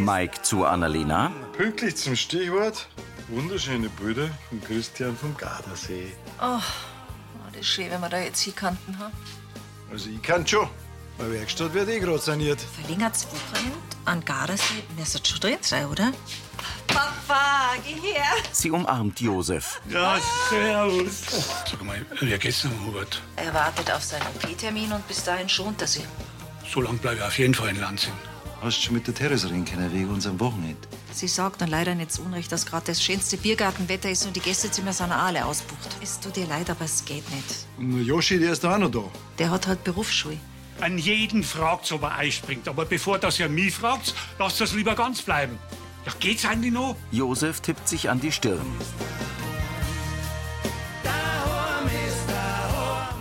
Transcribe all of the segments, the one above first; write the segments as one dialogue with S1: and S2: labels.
S1: Mike zu Annalena.
S2: Pünktlich zum Stichwort. Wunderschöne Brüder von Christian vom Gardasee.
S3: Oh, das ist schön, wenn wir da jetzt hinkanten haben.
S2: Also ich kann schon. Meine Werkstatt wird eh gerade saniert.
S3: Verlängert's Wochenende an Gardasee müsste schon drin sein, oder?
S4: Papa, geh her.
S1: Sie umarmt Josef.
S5: Ja, servus. Sag mal, wer geht's denn, Hubert?
S3: Er wartet auf seinen OP-Termin und bis dahin schont er sich.
S5: So lange bleibe ich auf jeden Fall in Lansing.
S2: Hast schon mit der Therese reden können wegen unserem Wochenende?
S3: Sie sagt dann leider nicht zu Unrecht, dass gerade das schönste Biergartenwetter ist und die Gästezimmer sind auch alle ausbucht. Es tut ihr leid, aber es geht nicht.
S2: Und der Joschi, der ist da auch noch da.
S3: Der hat halt Berufsschule.
S5: An jeden fragt's, ob er einspringt. Aber bevor das ihr mich fragt, lasst das lieber ganz bleiben. Ja, geht's eigentlich noch?
S1: Josef tippt sich an die Stirn.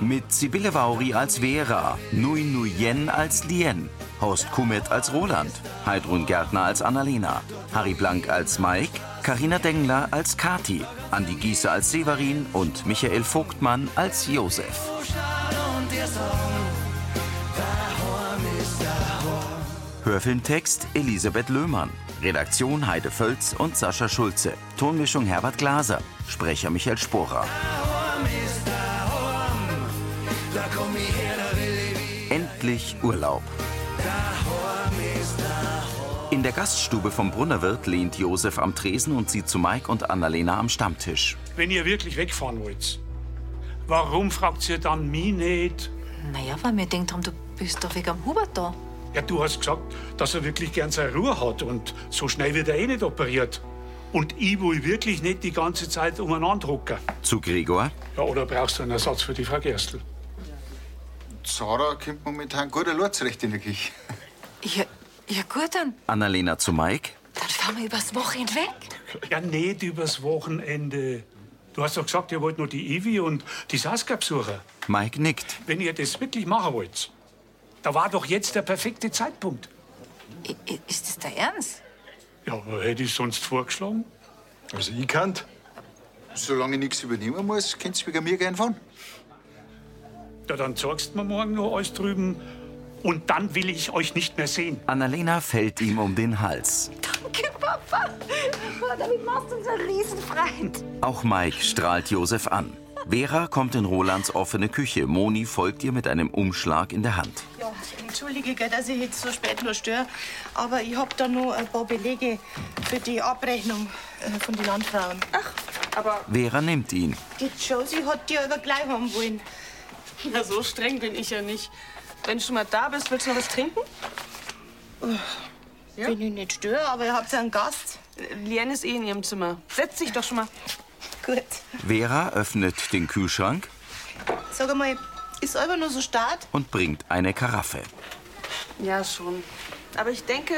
S1: Mit Sibylle Vauri als Vera, Nui Nuyen als Lien, Horst Kummet als Roland, Heidrun Gärtner als Annalena, Harry Blank als Mike, Karina Dengler als Kati, Andi Gieße als Severin und Michael Vogtmann als Josef. Hörfilmtext Elisabeth Löhmann. Redaktion Heide Völz und Sascha Schulze. Tonmischung Herbert Glaser. Sprecher Michael Sporer. Endlich Urlaub. In der Gaststube vom Brunnerwirt lehnt Josef am Tresen und sieht zu Mike und Annalena am Stammtisch.
S5: Wenn ihr wirklich wegfahren wollt, warum fragt ihr dann mich nicht?
S3: Naja, weil wir denkt haben, du bist doch wegen am Hubert da.
S5: Ja, du hast gesagt, dass er wirklich gern seine Ruhe hat und so schnell wird er eh nicht operiert. Und ich will wirklich nicht die ganze Zeit umeinander hocken.
S1: Zu Gregor.
S5: Ja, oder brauchst du einen Ersatz für die Frau Gerstl?
S6: Sarah kommt momentan gut allein zurecht in der Küche.
S3: Ja, ja gut, dann,
S1: Annalena zu Mike.
S3: dann fahren wir übers Wochenende weg.
S5: Ja, nicht übers Wochenende. Du hast doch gesagt, ihr wollt nur die Evi und die Saskia besuchen.
S1: Mike nickt.
S5: Wenn ihr das wirklich machen wollt, da war doch jetzt der perfekte Zeitpunkt.
S3: I- i- Ist das der Ernst?
S5: Ja, hätte ich sonst vorgeschlagen?
S2: Also ich kann.
S6: Solange ich nichts übernehmen muss, könnt's wegen mir gern fahren.
S5: Ja, dann zeigst du mir morgen noch alles drüben und dann will ich euch nicht mehr sehen.
S1: Annalena fällt ihm um den Hals.
S4: Danke, Papa. Damit machst du uns einen Riesenfreund.
S1: Auch Mike strahlt Josef an. Vera kommt in Rolands offene Küche. Moni folgt ihr mit einem Umschlag in der Hand.
S7: Ja, entschuldige, gell, dass ich jetzt so spät noch störe, aber ich hab da noch ein paar Belege für die Abrechnung äh, von den Landfrauen. Ach, aber
S1: Vera nimmt ihn.
S7: die Josie hat dir aber gleich haben wollen.
S8: Na, so streng bin ich ja nicht. Wenn du schon mal da bist, willst du noch was trinken?
S7: Wenn ich nicht störe, aber ihr habt einen Gast.
S8: Äh, Liane ist eh in ihrem Zimmer. Setz dich doch schon mal.
S7: Gut.
S1: Vera öffnet den Kühlschrank
S7: Sag mal, ist aber nur so stark?
S1: und bringt eine Karaffe.
S8: Ja, schon. Aber ich denke,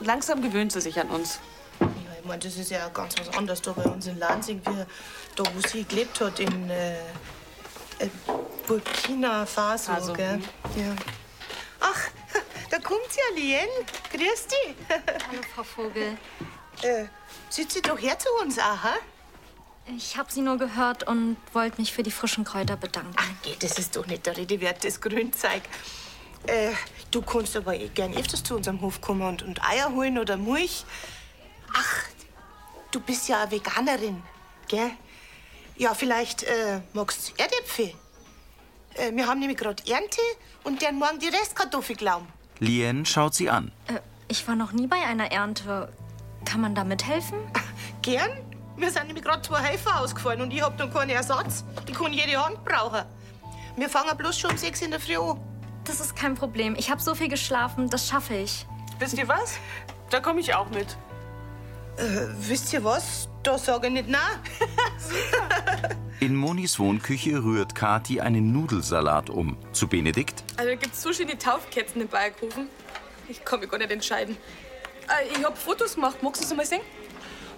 S8: langsam gewöhnt sie sich an uns.
S7: Ja, ich mein, das ist ja ganz was anderes da bei uns in Lansing, wie da, wo sie gelebt hat, in äh, äh, Burkina Faso,
S8: Faso,
S7: gell? Ja. Ach, da kommt ja Lien. Grüß dich.
S9: Hallo, Frau Vogel.
S7: Äh, sitzt sie doch her zu uns, aha?
S9: Ich habe Sie nur gehört und wollte mich für die frischen Kräuter bedanken.
S7: Ach, geht, Eh, das ist doch nicht der Rede wert, das Grünzeug. Äh, du kannst aber eh gern öfters zu unserem Hof kommen und, und Eier holen oder Milch. Ach, du bist ja eine Veganerin, gell? Ja, vielleicht äh, magst du Erdäpfel? Äh, wir haben nämlich gerade Ernte und dann morgen die Restkartoffel glauben.
S1: Lien schaut sie an.
S9: Äh, ich war noch nie bei einer Ernte. Kann man da mithelfen?
S7: Gern? Mir sind nämlich gerade zwei Helfer ausgefallen und ich hab dann keinen Ersatz. Ich kann jede Hand brauchen. Wir fangen bloß schon um sechs in der Früh an.
S9: Das ist kein Problem. Ich habe so viel geschlafen, das schaffe ich.
S8: Wisst ihr was? Da komme ich auch mit.
S7: Äh, Wisst ihr was? Da sage ich nicht nein.
S1: In Monis Wohnküche rührt Kati einen Nudelsalat um. Zu Benedikt.
S8: Also gibt's so schöne Taufkerzen in Bayerkofen. Ich kann mich gar nicht entscheiden. Äh, Ich hab Fotos gemacht. Magst du sie mal sehen?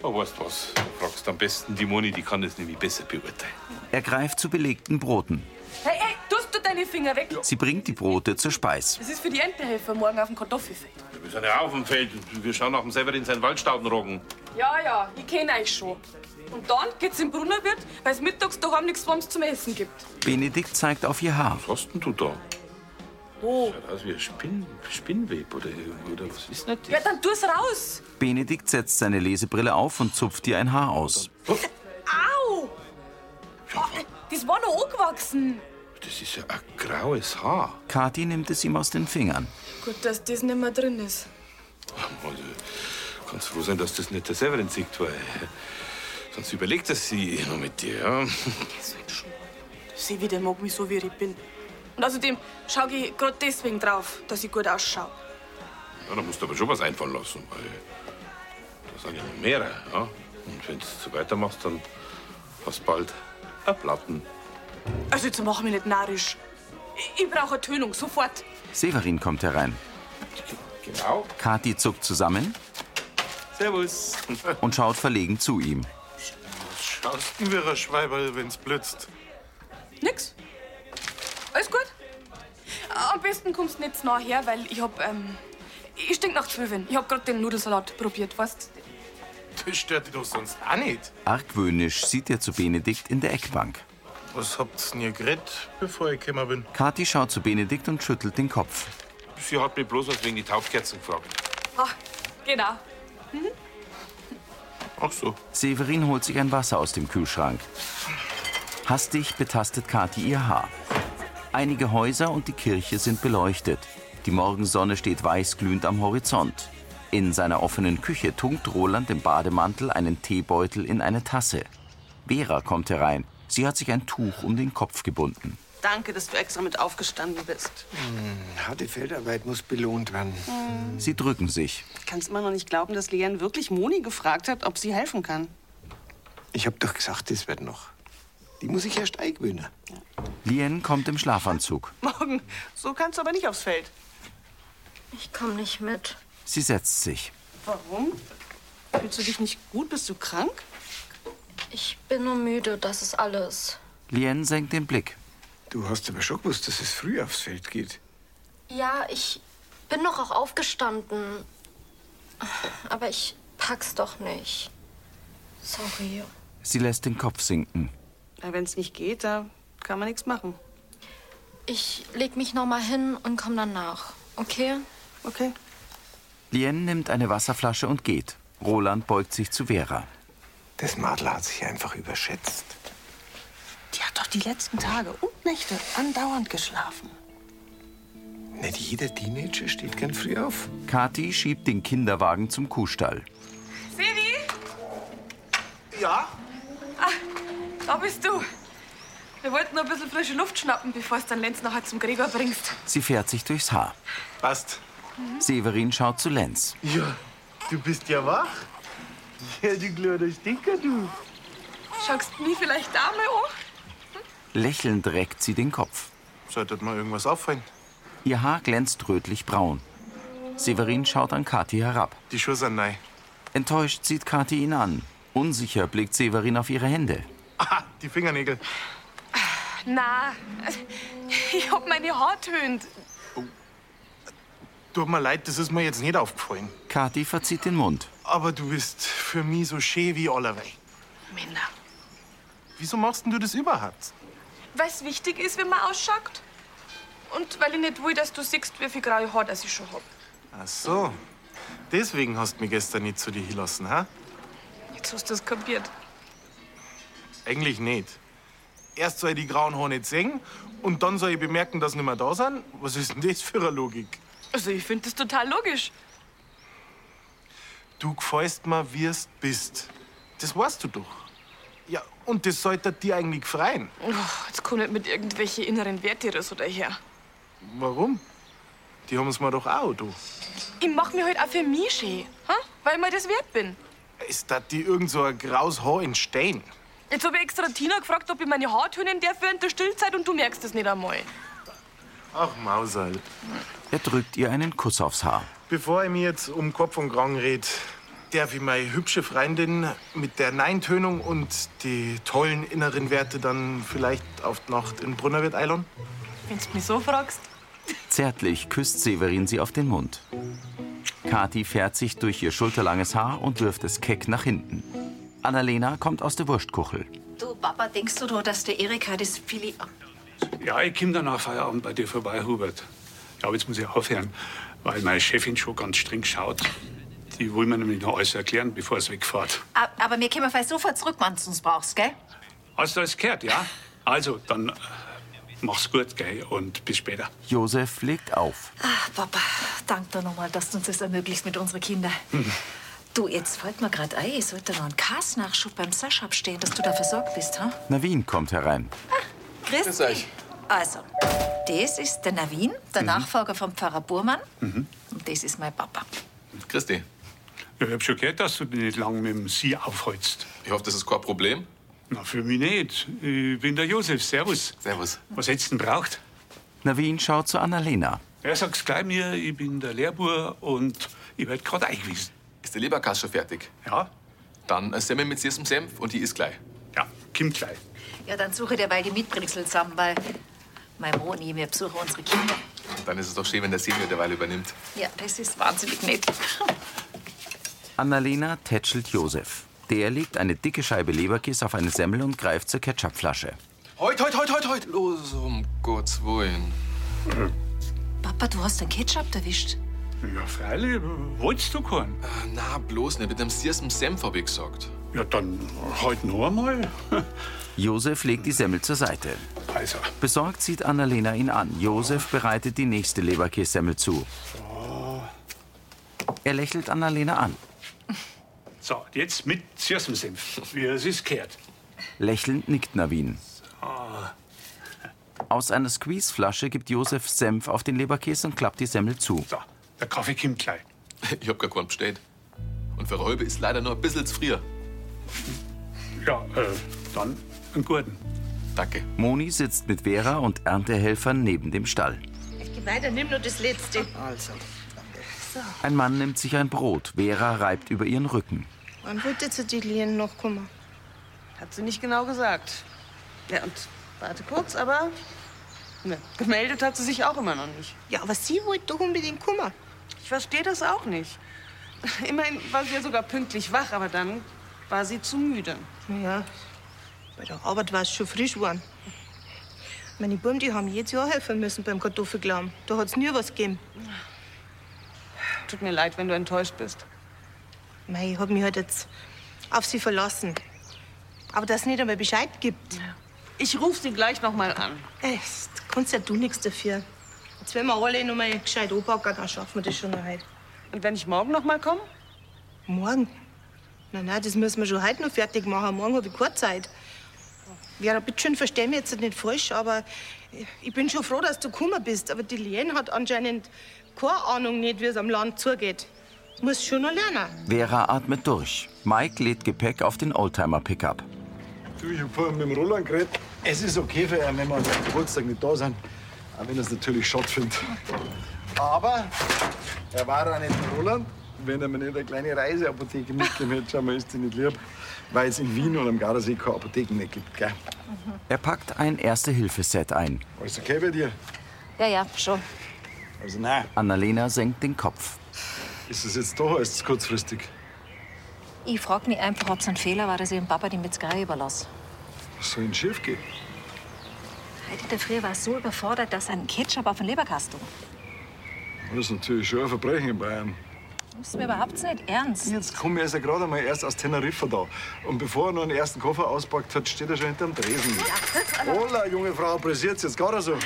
S10: Aber weißt du was? Du fragst am besten die Moni, die kann das nämlich besser beurteilen.
S1: Er greift zu belegten Broten.
S8: Hey, hey, tust du deine Finger weg?
S1: Sie bringt die Brote zur Speis.
S8: Das ist für die Entenhelfer morgen auf dem Kartoffelfeld.
S10: Wir sind ja auf dem Feld und wir schauen nach dem Severin seinen Waldstaudenroggen.
S8: Ja, ja, ich kenne euch schon. Und dann geht's im Brunnerwirt, weil es mittags daheim nichts warmes zum Essen gibt.
S1: Benedikt zeigt auf ihr Haar.
S10: Was hast denn du da?
S1: Oh,
S8: Wo?
S10: Schaut aus wie ein Spinn, Spinnweb oder, irgend- oder was ist nicht
S8: Ja,
S10: das?
S8: dann tu's raus.
S1: Benedikt setzt seine Lesebrille auf und zupft ihr ein Haar aus.
S8: Au! Ah, das war noch angewachsen.
S10: Das ist ja ein graues Haar.
S1: Kathi nimmt es ihm aus den Fingern.
S8: Gut, dass das nicht mehr drin ist.
S10: Also, kannst froh sein, dass das nicht der Severin sieht, weil sonst überlegt er sie immer mit dir. Ja?
S8: Sieh, wie der mag mich so, wie ich bin. Und außerdem schau ich gerade deswegen drauf, dass ich gut ausschaue.
S10: Ja, da musst du aber schon was einfallen lassen, weil da sind ja noch mehrere. Ja? Und wenn du so weitermachst, dann hast du bald ein Platten.
S8: Also jetzt mach mich nicht narrisch. Ich, ich brauche eine Tönung, sofort.
S1: Severin kommt herein.
S10: Genau.
S1: Kathi zuckt zusammen
S10: Servus.
S1: und schaut verlegen zu ihm.
S11: Schaust du wie ein Schweiberl, wenn's blitzt?
S8: Nix. Alles gut? Am besten kommst du nicht zu nah her, weil ich hab, ähm, ich stink nach Zwiebeln. Ich hab gerade den Nudelsalat probiert, weißt
S11: Das stört dich doch sonst auch nicht.
S1: Argwöhnisch sieht er zu Benedikt in der Eckbank.
S11: Was habt ihr geredet, bevor ich gekommen bin?
S1: Kathi schaut zu Benedikt und schüttelt den Kopf.
S10: Sie hat mich bloß was wegen die Taufkerzen gefragt.
S8: Ah, genau.
S10: Ach so.
S1: Severin holt sich ein Wasser aus dem Kühlschrank. Hastig betastet Kathi ihr Haar. Einige Häuser und die Kirche sind beleuchtet. Die Morgensonne steht weißglühend am Horizont. In seiner offenen Küche tunkt Roland im Bademantel einen Teebeutel in eine Tasse. Vera kommt herein. Sie hat sich ein Tuch um den Kopf gebunden.
S12: Danke, dass du extra mit aufgestanden bist.
S13: Hm,
S14: Harte Feldarbeit muss belohnt werden.
S7: Hm.
S1: Sie drücken sich.
S12: Ich kann es immer noch nicht glauben, dass Leanne wirklich Moni gefragt hat, ob sie helfen kann.
S14: Ich hab doch gesagt, das wird noch. Die muss ich erst eingewöhnen.
S1: Lien kommt im Schlafanzug.
S12: Morgen, so kannst du aber nicht aufs Feld.
S9: Ich komme nicht mit.
S1: Sie setzt sich.
S12: Warum? Fühlst du dich nicht gut? Bist du krank?
S9: Ich bin nur müde, das ist alles.
S1: Lien senkt den Blick.
S11: Du hast aber schon gewusst, dass es früh aufs Feld geht.
S9: Ja, ich bin doch auch aufgestanden. Aber ich pack's doch nicht. Sorry.
S1: Sie lässt den Kopf sinken.
S12: Wenn es nicht geht, da kann man nichts machen.
S9: Ich leg mich noch mal hin und komm dann nach. Okay?
S12: Okay.
S1: Lien nimmt eine Wasserflasche und geht. Roland beugt sich zu Vera.
S14: Das Madler hat sich einfach überschätzt.
S12: Die hat doch die letzten Tage und Nächte andauernd geschlafen.
S14: Nicht jeder Teenager steht gern früh auf.
S1: Kathi schiebt den Kinderwagen zum Kuhstall.
S8: Sevi?
S12: Ja?
S8: Ah, da bist du. Wir wollten noch ein bisschen frische Luft schnappen, bevor du den Lenz nachher zum Gregor bringst.
S1: Sie fährt sich durchs Haar.
S11: Passt.
S1: Mhm. Severin schaut zu Lenz.
S11: Ja, du bist ja wach. Ja, du kleiner Stinker, du.
S8: Schaust du mich vielleicht da mal an?
S1: Lächelnd reckt sie den Kopf.
S11: Sollte mir irgendwas auffallen.
S1: Ihr Haar glänzt rötlich-braun. Severin schaut an Kathi herab.
S11: Die Schuhe sind neu.
S1: Enttäuscht sieht Kathi ihn an. Unsicher blickt Severin auf ihre Hände.
S11: Aha, die Fingernägel.
S8: Na, ich hab meine Haare tönt.
S11: Tut mir leid, das ist mir jetzt nicht aufgefallen.
S1: Kathi verzieht den Mund.
S11: Aber du bist für mich so schön wie allerweil.
S8: Männer.
S11: Wieso machst denn du das überhaupt?
S8: Weil's wichtig ist, wenn man ausschaut. Und weil ich nicht will, dass du siehst, wie viel graue Haare das ich schon hab.
S11: Ach so. Deswegen hast du mich gestern nicht zu dir gelassen, ha?
S8: Jetzt hast du es kapiert.
S11: Eigentlich nicht. Erst soll ich die grauen Haare nicht sehen und dann soll ich bemerken, dass sie nicht mehr da sind. Was ist denn das für eine Logik?
S8: Also, ich finde das total logisch.
S11: Du gefällst mir, wie es bist. Das weißt du doch. Ja, und das sollte dir eigentlich freien.
S8: Uff, Oh, jetzt komm nicht mit irgendwelchen inneren Werttiers oder her.
S11: Warum? Die haben es mir doch auch, du.
S8: Ich mach mir heute auch für mich schön, ha? weil ich mir das wert bin.
S11: Ist da die irgend so ein graues Haar entstehen?
S8: Jetzt habe ich extra Tina gefragt, ob ich meine Haare tönen darf während der Stillzeit und du merkst es nicht einmal.
S11: Ach, Mausal.
S1: Er drückt ihr einen Kuss aufs Haar.
S11: Bevor ich mir jetzt um Kopf und Kragen rede, darf ich meine hübsche Freundin mit der Neintönung und die tollen inneren Werte dann vielleicht auf die Nacht in Brunnerwirt eilen?
S8: Wenn du mich so fragst.
S1: Zärtlich küsst Severin sie auf den Mund. Kathi fährt sich durch ihr schulterlanges Haar und wirft es keck nach hinten. Annalena kommt aus der Wurstkuchel.
S3: Du, Papa, denkst du doch, dass der Erika das Philly...
S5: Ja, ich komm dann nach Feierabend bei dir vorbei, Hubert. glaube, jetzt muss ich aufhören, weil meine Chefin schon ganz streng schaut. Die will mir nämlich noch alles erklären, bevor es wegfährt.
S3: A- Aber wir kommen vielleicht sofort zurück, wenn du uns brauchst, gell?
S5: Hast du alles gehört, ja? Also, dann äh, mach's gut, gell? Und bis später.
S1: Josef legt auf.
S3: Ach, Ah, Papa, dank dir nochmal, dass du uns das ermöglicht mit unseren Kindern. Du, jetzt fällt mir gerade ein, ich sollte noch einen Kasnachschub beim Sascha abstehen, dass du da versorgt bist, ha?
S1: Navin kommt herein.
S3: Grüß, dich. Also, das ist der Navin, der Nachfolger von Pfarrer Burmann. Und das ist mein Papa.
S15: Christi.
S5: Ja, ich hab schon gehört, dass du dich nicht lang mit dem Sie aufholst.
S15: Ich hoffe, das ist kein Problem.
S5: Na, für mich nicht. Ich bin der Josef. Servus.
S15: Servus.
S5: Was hättest du denn braucht?
S1: Navin schaut zu Annalena.
S5: Er sagt's gleich mir, ich bin der Lehrbur und ich werd grad eingewiesen.
S15: Ist der Leberkass schon fertig?
S5: Ja.
S15: Dann ein Semmel mit süßem Senf und die ist gleich.
S5: Ja, kommt gleich.
S3: Ja, dann suche dir mal die Mitbringsel zusammen, weil mein Mann und ich, wir besuchen unsere Kinder.
S15: Dann ist es doch schön, wenn der Senior derweil übernimmt.
S3: Ja, das ist wahnsinnig nett.
S1: Annalena tätschelt Josef. Der legt eine dicke Scheibe Leberkäse auf eine Semmel und greift zur Ketchupflasche.
S15: Heut, heut, heut, heut, heut. Los, um Gottes Willen.
S3: Papa, du hast den Ketchup erwischt.
S5: Äh, Ja, freilich. Wolltest du keinen?
S15: Äh, na, bloß nicht. Mit dem süßen Senf hab ich gesagt.
S5: Ja, dann heute noch einmal.
S1: Josef legt die Semmel zur Seite.
S5: Also.
S1: Besorgt sieht Annalena ihn an. Josef bereitet die nächste Leberkässemmel zu. Er lächelt Annalena an.
S5: So, jetzt mit süßem Senf, wie es ist gehört.
S1: Lächelnd nickt Navin.
S5: Ah,
S1: Aus einer Squeezeflasche gibt Josef Senf auf den Leberkäse und klappt die Semmel zu.
S5: der Kaffee kommt gleich.
S15: Ich hab gar keinen bestellt. Und für Räube ist leider nur ein bisschen zu frier.
S5: Ja, äh, dann einen guten.
S15: Danke.
S1: Moni sitzt mit Vera und Erntehelfern neben dem Stall.
S4: Ich geh weiter, nimm nur das letzte.
S12: Also.
S4: So,
S1: Ein Mann nimmt sich ein Brot. Vera reibt über ihren Rücken.
S7: Wann wollte zu die Lien noch kommen?
S12: Hat sie nicht genau gesagt. Ja, und warte kurz, aber ne, gemeldet hat sie sich auch immer noch nicht.
S7: Ja, aber sie wollte doch unbedingt kommen.
S12: Ich verstehe das auch nicht. Immerhin war sie ja sogar pünktlich wach, aber dann war sie zu müde.
S7: Ja, bei der Arbeit war es schon frisch geworden. Meine Buben, die haben jedes Jahr helfen müssen beim Kartoffelglauben. Da hat's nie was gegeben.
S12: Tut mir leid, wenn du enttäuscht bist.
S7: Mei, ich hab mich halt jetzt auf sie verlassen. Aber dass nicht einmal Bescheid gibt.
S12: Ich ruf sie gleich noch mal an.
S7: Echt, kannst ja du nichts dafür. Jetzt wenn wir alle noch mal gescheit anpacken, dann schaffen wir das schon noch heute.
S12: Und wenn ich morgen noch mal komme?
S7: Morgen? Nein, nein, das müssen wir schon heute noch fertig machen. Morgen habe ich keine Zeit. Vera, bitte schön, versteh mich jetzt nicht falsch, aber ich bin schon froh, dass du gekommen bist. Aber die Lien hat anscheinend keine Ahnung nicht, wie es am Land zugeht. Muss schon noch lernen.
S1: Vera atmet durch. Mike lädt Gepäck auf den Oldtimer-Pickup.
S2: Du, ich hab vorhin mit dem Roland geredet. Es ist okay für ihn, wenn wir an seinem Geburtstag nicht da sind. Auch wenn er es natürlich schade findet. Aber er war auch nicht der Roland, wenn er mir nicht eine kleine Reiseapotheke mitgegeben hätte. Schau mal, ist die nicht lieb. Weil es in Wien und am Gardasee keine Apotheken nicht gibt, gell?
S1: Er packt ein Erste-Hilfe-Set ein.
S2: Alles okay bei dir?
S3: Ja, ja, schon.
S2: Also nein.
S1: Annalena senkt den Kopf.
S2: Ist es jetzt doch alles zu kurzfristig?
S3: Ich frage mich einfach, ob es ein Fehler war, dass ich dem Papa die Metzgerei überlasse.
S2: Was soll denn schief gehen?
S3: Heute in der Früh war so überfordert, dass er einen Ketchup auf den Leberkasten.
S2: Das ist natürlich schon ein Verbrechen in Bayern.
S3: Nimmst du mir überhaupt nicht ernst?
S2: Jetzt komme ich ja gerade mal erst aus Teneriffa da. Und bevor er noch den ersten Koffer auspackt hat, steht er schon hinterm Tresen. Hola, junge Frau, pressiert's jetzt gerade so.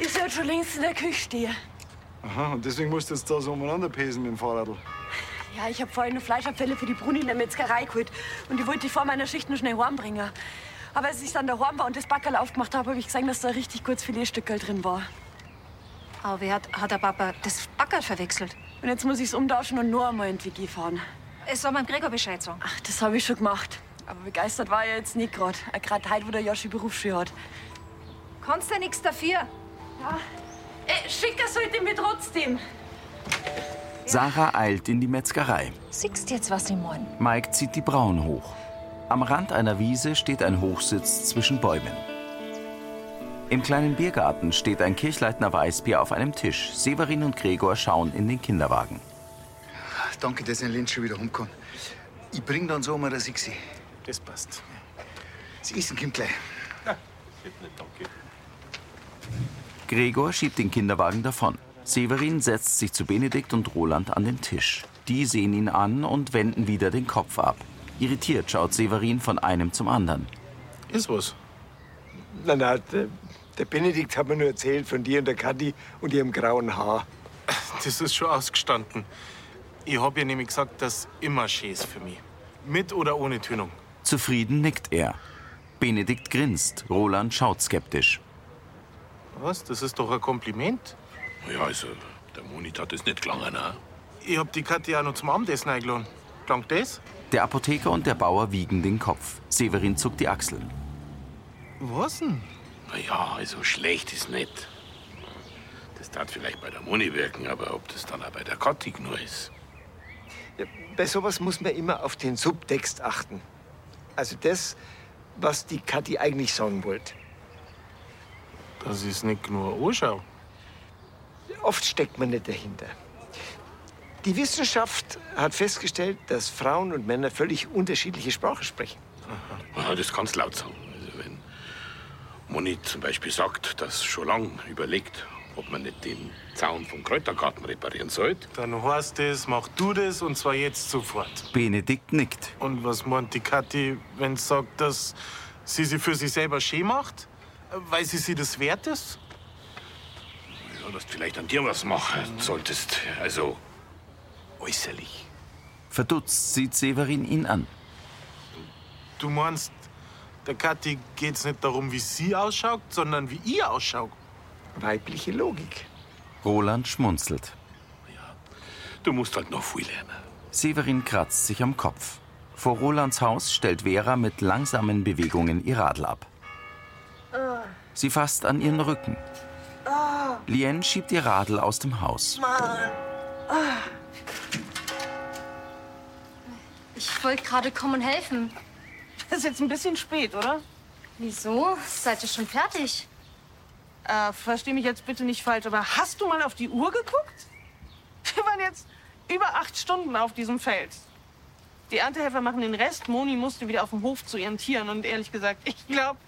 S4: ich sollte schon längst in der Küche stehen.
S2: Aha, und deswegen musst du jetzt da so umeinander pesen mit dem Fahrrad.
S4: Ja, ich hab vorhin noch Fleischabfälle für die Bruni in der Metzgerei geholt. Und die wollte ich vor meiner Schicht noch schnell heimbringen. Aber als ich dann daheim war und das Backerl aufgemacht habe, habe ich gesehen, dass da richtig kurz Filetstückel drin war.
S3: Aber wer hat, hat der Papa das Backerl verwechselt?
S4: Und jetzt muss ich's umtauschen und nur einmal in die WG fahren.
S3: Es soll meinem Gregor Bescheid sagen.
S4: Ach, das habe ich schon gemacht. Aber begeistert war er jetzt nicht gerade. Gerade heute, wo der Joschi Berufsschule hat.
S3: Kannst du nichts dafür?
S4: Ja. Äh, schicker sollte mir trotzdem.
S1: Sarah eilt in die Metzgerei.
S3: Siehst jetzt, was ich mein?
S1: Mike zieht die Brauen hoch. Am Rand einer Wiese steht ein Hochsitz zwischen Bäumen. Im kleinen Biergarten steht ein Kirchleitner Weißbier auf einem Tisch. Severin und Gregor schauen in den Kinderwagen.
S16: Danke, dass ich in Linz schon wieder rumkomme. Ich bring dann so mal das Sixi. Das passt. Das Essen kommt gleich.
S1: Gregor schiebt den Kinderwagen davon. Severin setzt sich zu Benedikt und Roland an den Tisch. Die sehen ihn an und wenden wieder den Kopf ab. Irritiert schaut Severin von einem zum anderen.
S11: Ist was.
S13: Na, na, der, der Benedikt hat mir nur erzählt von dir und der Kathi und ihrem grauen Haar.
S11: Das ist schon ausgestanden. Ich hab ihr nämlich gesagt, dass immer schön ist für mich. Mit oder ohne Tönung.
S1: Zufrieden nickt er. Benedikt grinst, Roland schaut skeptisch.
S11: Was? Das ist doch ein Kompliment?
S10: Ja, also, der Monit hat es nicht gelangen, ne?
S11: Ich hab die Kathi auch noch zum Abendessen eingeladen. Dank das?
S1: Der Apotheker und der Bauer wiegen den Kopf. Severin zuckt die Achseln.
S11: Was denn?
S10: Naja, also schlecht ist nicht. Das tat vielleicht bei der Moni wirken, aber ob das dann auch bei der Kathi nur ist.
S13: Bei sowas muss man immer auf den Subtext achten. Also das, was die Kathi eigentlich sagen wollte.
S11: Dass ich es nicht nur anschaue.
S13: Oft steckt man nicht dahinter. Die Wissenschaft hat festgestellt, dass Frauen und Männer völlig unterschiedliche Sprachen sprechen.
S10: Ja, das kannst laut sagen. Also wenn Moni zum Beispiel sagt, dass schon lang überlegt, ob man nicht den Zaun vom Kräutergarten reparieren sollte.
S11: Dann heißt es, mach du das und zwar jetzt sofort.
S1: Benedikt nickt.
S11: Und was meint die Kathi, wenn sie sagt, dass sie sie für sich selber schön macht? Weil sie sie das wert ist?
S10: Ja, dass du vielleicht an dir was machen solltest. Also äußerlich.
S1: Verdutzt sieht Severin ihn an.
S11: Du meinst, der Kathi geht's nicht darum, wie sie ausschaut, sondern wie ihr ausschaut?
S13: Weibliche Logik.
S1: Roland schmunzelt.
S10: Du musst halt noch viel lernen.
S1: Severin kratzt sich am Kopf. Vor Rolands Haus stellt Vera mit langsamen Bewegungen ihr Radl ab.
S7: Ah,
S1: Sie fasst an ihren Rücken. Lien schiebt ihr Radl aus dem Haus.
S7: Mann.
S9: Ich wollte gerade kommen und helfen.
S4: Das ist jetzt ein bisschen spät, oder?
S9: Wieso? Seid ihr schon fertig?
S4: Äh, versteh mich jetzt bitte nicht falsch, aber hast du mal auf die Uhr geguckt? Wir waren jetzt über acht Stunden auf diesem Feld. Die Erntehelfer machen den Rest. Moni musste wieder auf den Hof zu ihren Tieren. Und ehrlich gesagt, ich glaube,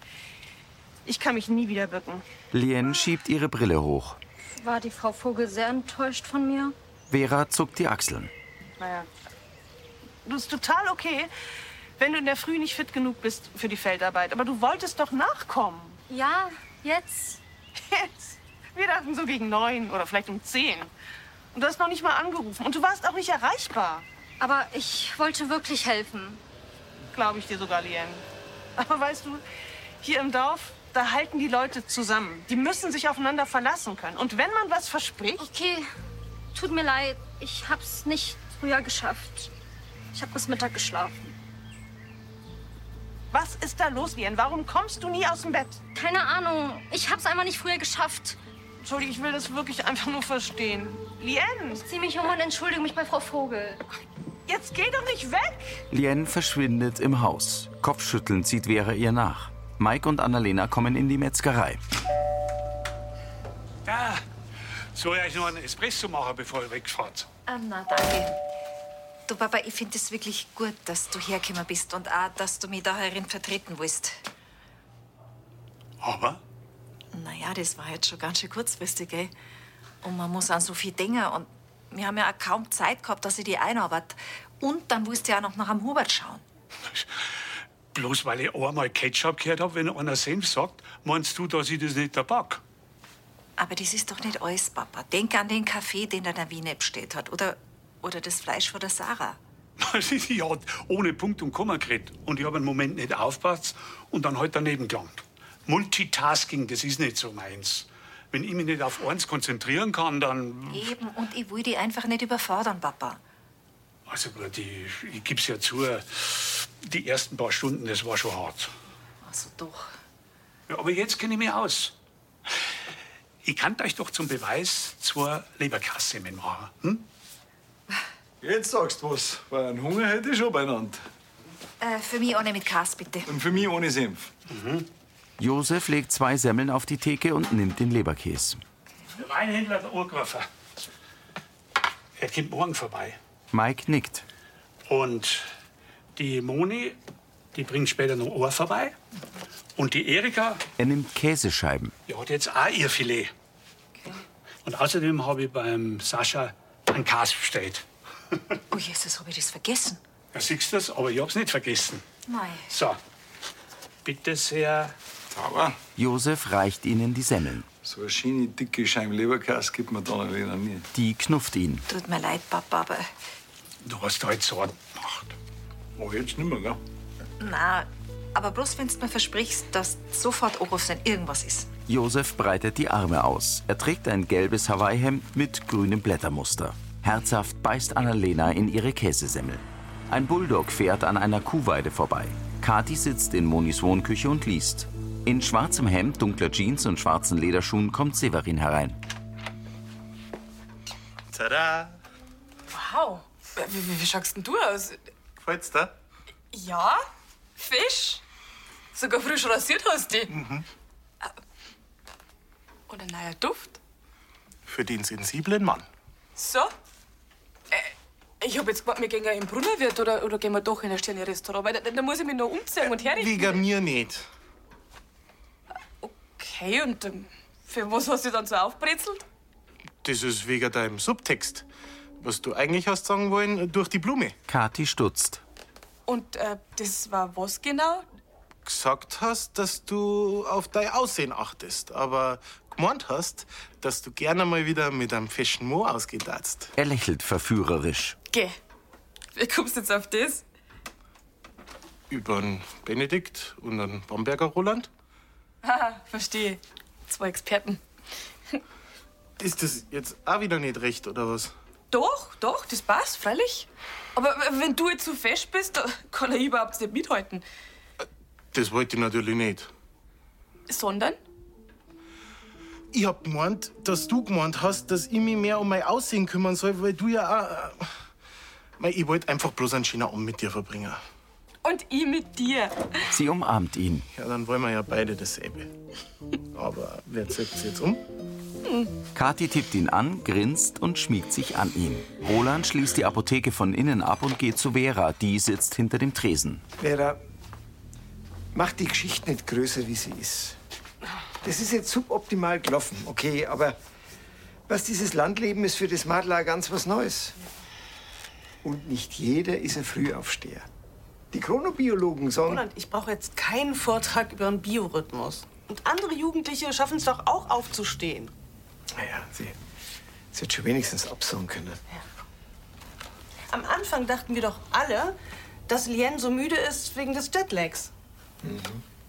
S4: ich kann mich nie wieder bücken.
S1: Lien schiebt ihre Brille hoch.
S9: War die Frau Vogel sehr enttäuscht von mir?
S1: Vera zuckt die Achseln.
S4: Naja. Du bist total okay, wenn du in der Früh nicht fit genug bist für die Feldarbeit. Aber du wolltest doch nachkommen.
S9: Ja, jetzt.
S4: Jetzt? Wir dachten so gegen neun oder vielleicht um zehn. Und du hast noch nicht mal angerufen. Und du warst auch nicht erreichbar.
S9: Aber ich wollte wirklich helfen.
S4: Glaube ich dir sogar, Lien. Aber weißt du, hier im Dorf, da halten die Leute zusammen. Die müssen sich aufeinander verlassen können. Und wenn man was verspricht.
S9: Okay, tut mir leid. Ich hab's nicht früher geschafft. Ich hab bis Mittag geschlafen.
S4: Was ist da los, Lien? Warum kommst du nie aus dem Bett?
S9: Keine Ahnung. Ich hab's einfach nicht früher geschafft.
S4: Entschuldigung, ich will das wirklich einfach nur verstehen. Lien!
S9: Ich zieh mich um und entschuldige mich bei Frau Vogel.
S4: Jetzt geh doch nicht weg!
S1: Lien verschwindet im Haus. Kopfschüttelnd sieht Vera ihr nach. Mike und Annalena kommen in die Metzgerei.
S5: Ah, soll ich euch noch einen Espresso machen, bevor ihr wegfahrt?
S4: Ah,
S3: Ähm, na, danke. Du, Papa, ich finde es wirklich gut, dass du hergekommen bist und auch, dass du mich da herin vertreten willst.
S5: Aber?
S3: Naja, das war jetzt schon ganz schön kurzfristig, gell? Und man muss an so viel Dinge und wir haben ja auch kaum Zeit gehabt, dass ich die einarbeite. Und dann musst du ja noch nach am Hubert schauen.
S5: Bloß weil ich einmal Ketchup gehört habe, wenn einer Senf sagt, meinst du, dass ich das nicht tabak?
S3: Aber das ist doch nicht alles, Papa. Denk an den Kaffee, den der Wiener bestellt hat. Oder, oder das Fleisch von der Sarah.
S5: ich hat ohne Punkt und Komma geredet. Und ich habe einen Moment nicht aufgepasst und dann halt daneben gelangt. Multitasking, das ist nicht so meins. Wenn ich mich nicht auf eins konzentrieren kann, dann.
S3: Eben, und ich will die einfach nicht überfordern, Papa.
S5: Also, die, ich gebe es ja zu, die ersten paar Stunden, das war schon hart.
S3: Also doch.
S5: Ja, aber jetzt kenne ich mich aus. Ich kann euch doch zum Beweis zur Leberkasse machen. Hm?
S2: Jetzt sagst du was, weil einen Hunger hätte ich schon beieinander.
S3: Äh, für mich ohne mit Kas, bitte.
S2: Und für mich ohne Senf.
S6: Mhm.
S1: Josef legt zwei Semmeln auf die Theke und nimmt den Leberkäse.
S5: Der Weinhändler hat angerufen. Er kommt morgen vorbei.
S1: Mike nickt.
S5: Und die Moni, die bringt später noch Ohr vorbei. Und die Erika,
S1: Er nimmt Käsescheiben.
S5: die hat jetzt auch ihr Filet. Und außerdem habe ich beim Sascha einen Käse bestellt.
S3: Oh Jesus, habe ich das vergessen?
S5: Ja, siehst du das? Aber ich hab's nicht vergessen.
S3: Nein.
S5: So, bitte sehr.
S2: Aber
S1: Josef reicht ihnen die Semmeln.
S2: so eine schöne, dicke Scheibe Leberkäse gibt mir dann Lena nie.
S1: Die knufft ihn.
S3: Tut mir leid, Papa, aber
S5: Du hast
S6: halt
S5: heute so gemacht. Aber jetzt nimmer, gell?
S3: na, aber bloß wenn du mir versprichst, dass sofort anrufst, wenn irgendwas ist.
S1: Josef breitet die Arme aus. Er trägt ein gelbes Hawaii-Hemd mit grünem Blättermuster. Herzhaft beißt Annalena in ihre Käsesemmel. Ein Bulldog fährt an einer Kuhweide vorbei. Kathi sitzt in Monis Wohnküche und liest. In schwarzem Hemd, dunkler Jeans und schwarzen Lederschuhen kommt Severin herein.
S11: Tada!
S8: Wow. Wie, wie, wie schaust denn du aus?
S11: Gefällt's da?
S8: Ja, Fisch. Sogar frisch rasiert hast du. Mhm. Oder neuer Duft.
S11: Für den sensiblen Mann.
S8: So. Äh, Ich hab jetzt gemeint, wir gehen ja in den Brunnerwirt oder, oder gehen wir doch in ein Sterne-Restaurant, weil da, da muss ich mich noch umziehen und herrichten.
S11: Wegen Äh, mir nicht.
S8: Okay, und ähm, für was hast du dich dann so aufbrezelt?
S11: Das ist wegen deinem Subtext. Was du eigentlich hast sagen wollen, durch die Blume.
S1: Kathi stutzt.
S8: Und äh, das war was genau?
S11: Gesagt hast, dass du auf dein Aussehen achtest, aber gemeint hast, dass du gerne mal wieder mit einem feschen Mo ausgehen darfst.
S1: Er lächelt verführerisch.
S8: Geh. Wie kommst du jetzt auf das?
S11: Über einen Benedikt und einen Bamberger Roland?
S8: Haha, verstehe. Zwei Experten.
S11: Ist das jetzt auch wieder nicht recht, oder was?
S8: Doch, doch, das passt, freilich. Aber w- wenn du jetzt so fest bist, da kann er überhaupt nicht mithalten.
S11: Das wollte ich natürlich nicht.
S8: Sondern?
S11: Ich hab gemeint, dass du gemeint hast, dass ich mich mehr um mein Aussehen kümmern soll, weil du ja auch. äh, Mei, Ich wollte einfach bloß einen schönen Abend mit dir verbringen.
S8: Und ich mit dir.
S1: Sie umarmt ihn.
S11: Ja, dann wollen wir ja beide dasselbe. Aber wer zirkt jetzt um?
S8: Hm.
S1: Kathi tippt ihn an, grinst und schmiegt sich an ihn. Roland schließt die Apotheke von innen ab und geht zu Vera. Die sitzt hinter dem Tresen.
S13: Vera, mach die Geschichte nicht größer, wie sie ist. Das ist jetzt suboptimal gelaufen, okay, aber was dieses Landleben ist für das Madler ganz was Neues. Und nicht jeder ist ein Frühaufsteher. Die Chronobiologen sagen,
S12: Roland, ich brauche jetzt keinen Vortrag über einen Biorhythmus. Und andere Jugendliche schaffen es doch auch aufzustehen.
S13: naja, sie, sie hätte schon wenigstens absagen können.
S12: Am Anfang dachten wir doch alle, dass Lien so müde ist wegen des Jetlags.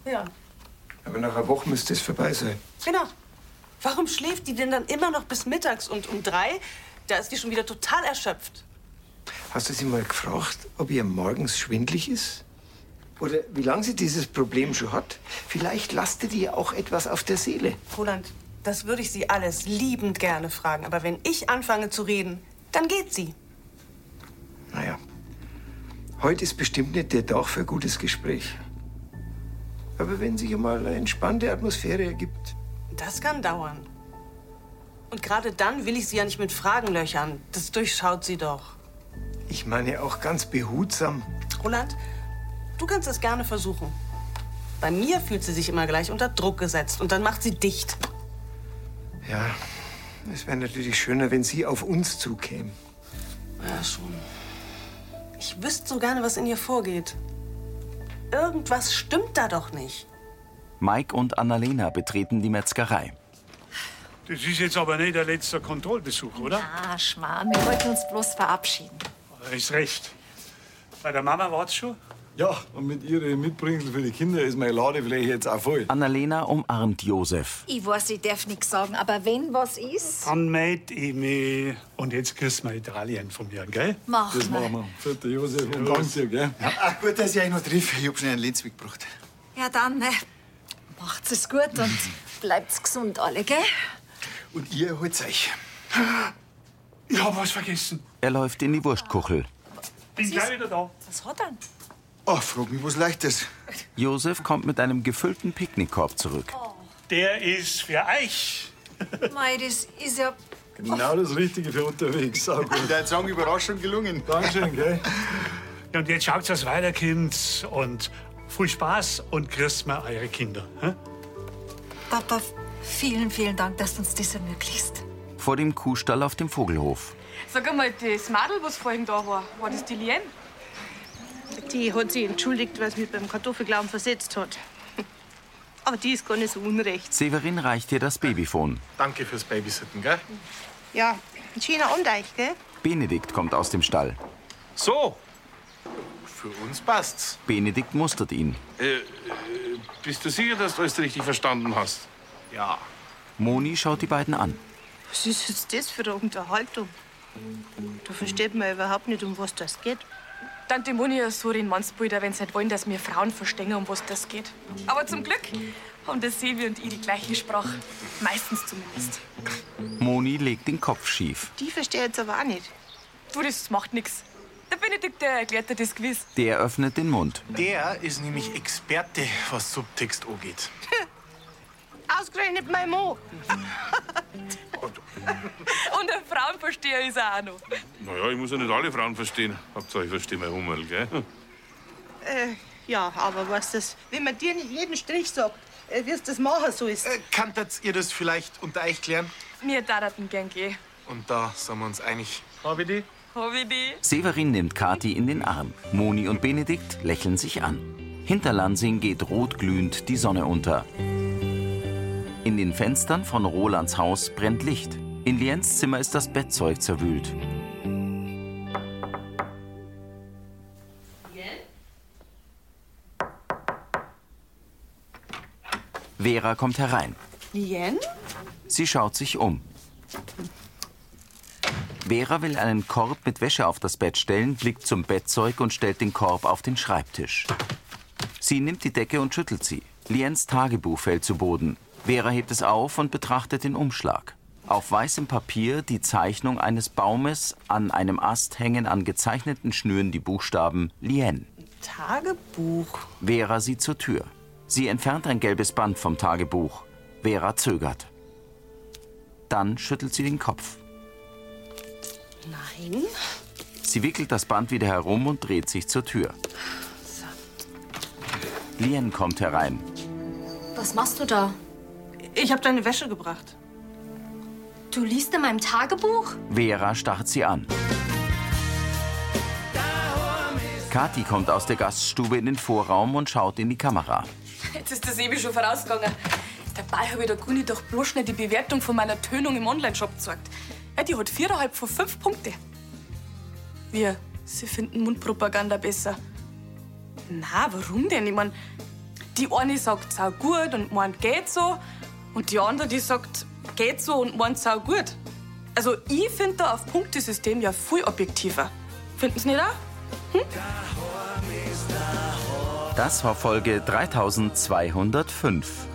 S12: Ja,
S13: Mhm. Aber nach einer Woche müsste es vorbei sein.
S12: genau. Warum schläft die denn dann immer noch bis mittags und um drei? Da ist die schon wieder total erschöpft.
S13: Hast du sie mal gefragt, ob ihr morgens schwindlig ist? Oder wie lange sie dieses Problem schon hat? Vielleicht lastet ihr auch etwas auf der Seele.
S12: Roland, das würde ich sie alles liebend gerne fragen. Aber wenn ich anfange zu reden, dann geht sie.
S13: Naja, heute ist bestimmt nicht der Tag für ein gutes Gespräch. Aber wenn sich einmal eine entspannte Atmosphäre ergibt,
S12: Das kann dauern. Und gerade dann will ich sie ja nicht mit Fragen löchern. Das durchschaut sie doch.
S13: ich meine auch ganz behutsam.
S12: Roland, du kannst das gerne versuchen. Bei mir fühlt sie sich immer gleich unter Druck gesetzt und dann macht sie dicht.
S13: Ja, es wäre natürlich schöner, wenn sie auf uns zukäme.
S12: Ja, schon. Ich wüsste so gerne, was in ihr vorgeht. Irgendwas stimmt da doch nicht.
S1: Mike und Annalena betreten die Metzgerei.
S5: Das ist jetzt aber nicht der letzte Kontrollbesuch, oder?
S3: Ah, Schmarrn, wir wollten uns bloß verabschieden.
S5: Er ist recht. Bei der Mama war's schon.
S2: Ja, und mit ihren Mitbringseln für die Kinder ist meine Ladefläche jetzt auch voll.
S1: Annalena umarmt Josef.
S3: Ich weiß, ich darf nichts sagen, aber wenn was ist.
S5: Dann meld ich mich. Und jetzt küssen wir Italien von mir, gell?
S3: Mach Das machen
S2: wir. Vierte Josef und danke dir, gell?
S6: Ach, Ah, gut, dass ich euch noch treffe. Ich hab schon einen Lenz mitgebracht.
S3: Ja, dann ne, macht's es gut und bleibt's gesund alle, gell?
S6: Und ihr holt euch.
S5: Ich hab was vergessen.
S1: Er läuft in die Wurstkuchel.
S5: Bin gleich wieder da.
S3: Was hat er?
S6: Ach, Oh, frag mich was Leichtes.
S1: Josef kommt mit einem gefüllten Picknickkorb zurück.
S5: Der ist für euch.
S3: Mei, das ist ja.
S2: Genau das Richtige für unterwegs. Auch gut.
S6: Der Song Überraschung gelungen.
S2: Dankeschön, gell?
S5: Ja, und jetzt schaut's, dass weiterkommt. Und viel Spaß und grüßt mir eure Kinder. hä?
S3: Papa, vielen, vielen Dank, dass du uns das ermöglicht.
S1: vor dem Kuhstall auf dem Vogelhof.
S8: Sag einmal, das Madel, was vorhin da war, war das die Lien?
S4: Die hat sich entschuldigt, weil sie mich beim Kartoffelglauben versetzt hat. Aber die ist gar nicht so unrecht.
S1: Severin reicht ihr das Babyfon.
S11: Danke fürs Babysitten, gell?
S7: Ja, ein schöner Umdeich, gell?
S1: Benedikt kommt aus dem Stall.
S11: So. Für uns passt's.
S1: Benedikt mustert ihn.
S10: Äh, äh, bist du sicher, dass du alles richtig verstanden hast?
S11: Ja.
S1: Moni schaut die beiden an.
S7: Was ist jetzt das für eine Unterhaltung? Da versteht man überhaupt nicht, um was das geht.
S8: Tante Moni ist so den Mannsbilder, wenn sie nicht wollen, dass wir Frauen verstehen, um was das geht. Aber zum Glück haben der Silvi und ich die gleiche Sprache. Meistens zumindest.
S1: Moni legt den Kopf schief.
S7: Die verstehe jetzt aber auch nicht.
S8: Du, das macht nichts. Der Benedikt, der erklärt dir das gewiss.
S1: Der öffnet den Mund.
S11: Der ist nämlich e- Experte, was Subtext angeht.
S4: Ausgerechnet mein Mo.
S8: Und ein Frauenversteher ist er auch noch.
S10: Naja, ich muss ja nicht alle Frauen verstehen. Hauptsache, ich verstehe mein Hummel, gell?
S7: Äh, ja, aber was das? Wenn man dir nicht jeden Strich sagt, äh, wirst du das machen, so ist
S11: äh, Kanntet ihr das vielleicht unter euch klären?
S8: Wir daten gern gehen.
S11: Und da sind wir uns einig. Habe die?
S8: Hab ich die?
S1: Severin nimmt Kati in den Arm. Moni und Benedikt lächeln sich an. Hinter Lansing geht rotglühend die Sonne unter. In den Fenstern von Rolands Haus brennt Licht. In Liens Zimmer ist das Bettzeug zerwühlt. Vera kommt herein.
S4: Lien?
S1: Sie schaut sich um. Vera will einen Korb mit Wäsche auf das Bett stellen, blickt zum Bettzeug und stellt den Korb auf den Schreibtisch. Sie nimmt die Decke und schüttelt sie. Liens Tagebuch fällt zu Boden. Vera hebt es auf und betrachtet den Umschlag. Auf weißem Papier die Zeichnung eines Baumes, an einem Ast hängen an gezeichneten Schnüren die Buchstaben Lien.
S4: Tagebuch.
S1: Vera sieht zur Tür. Sie entfernt ein gelbes Band vom Tagebuch. Vera zögert. Dann schüttelt sie den Kopf.
S4: Nein.
S1: Sie wickelt das Band wieder herum und dreht sich zur Tür. Lien kommt herein.
S9: Was machst du da?
S4: Ich habe deine Wäsche gebracht.
S9: Du liest in meinem Tagebuch?
S1: Vera starrt sie an. Kathi kommt aus der Gaststube in den Vorraum und schaut in die Kamera.
S8: Jetzt ist das eben schon vorausgegangen. Dabei habe ich der Guni doch bloß nicht die Bewertung von meiner Tönung im Onlineshop gezeigt. Ja, die hat viereinhalb von fünf Punkte. Wir, sie finden Mundpropaganda besser. Na, warum denn? Ich mein, die eine sagt, sau gut und meint, geht so. Und die andere, die sagt, geht so und meint, sau gut. Also, ich finde da auf Punktesystem ja viel objektiver. Finden Sie nicht auch?
S1: Das war Folge 3205.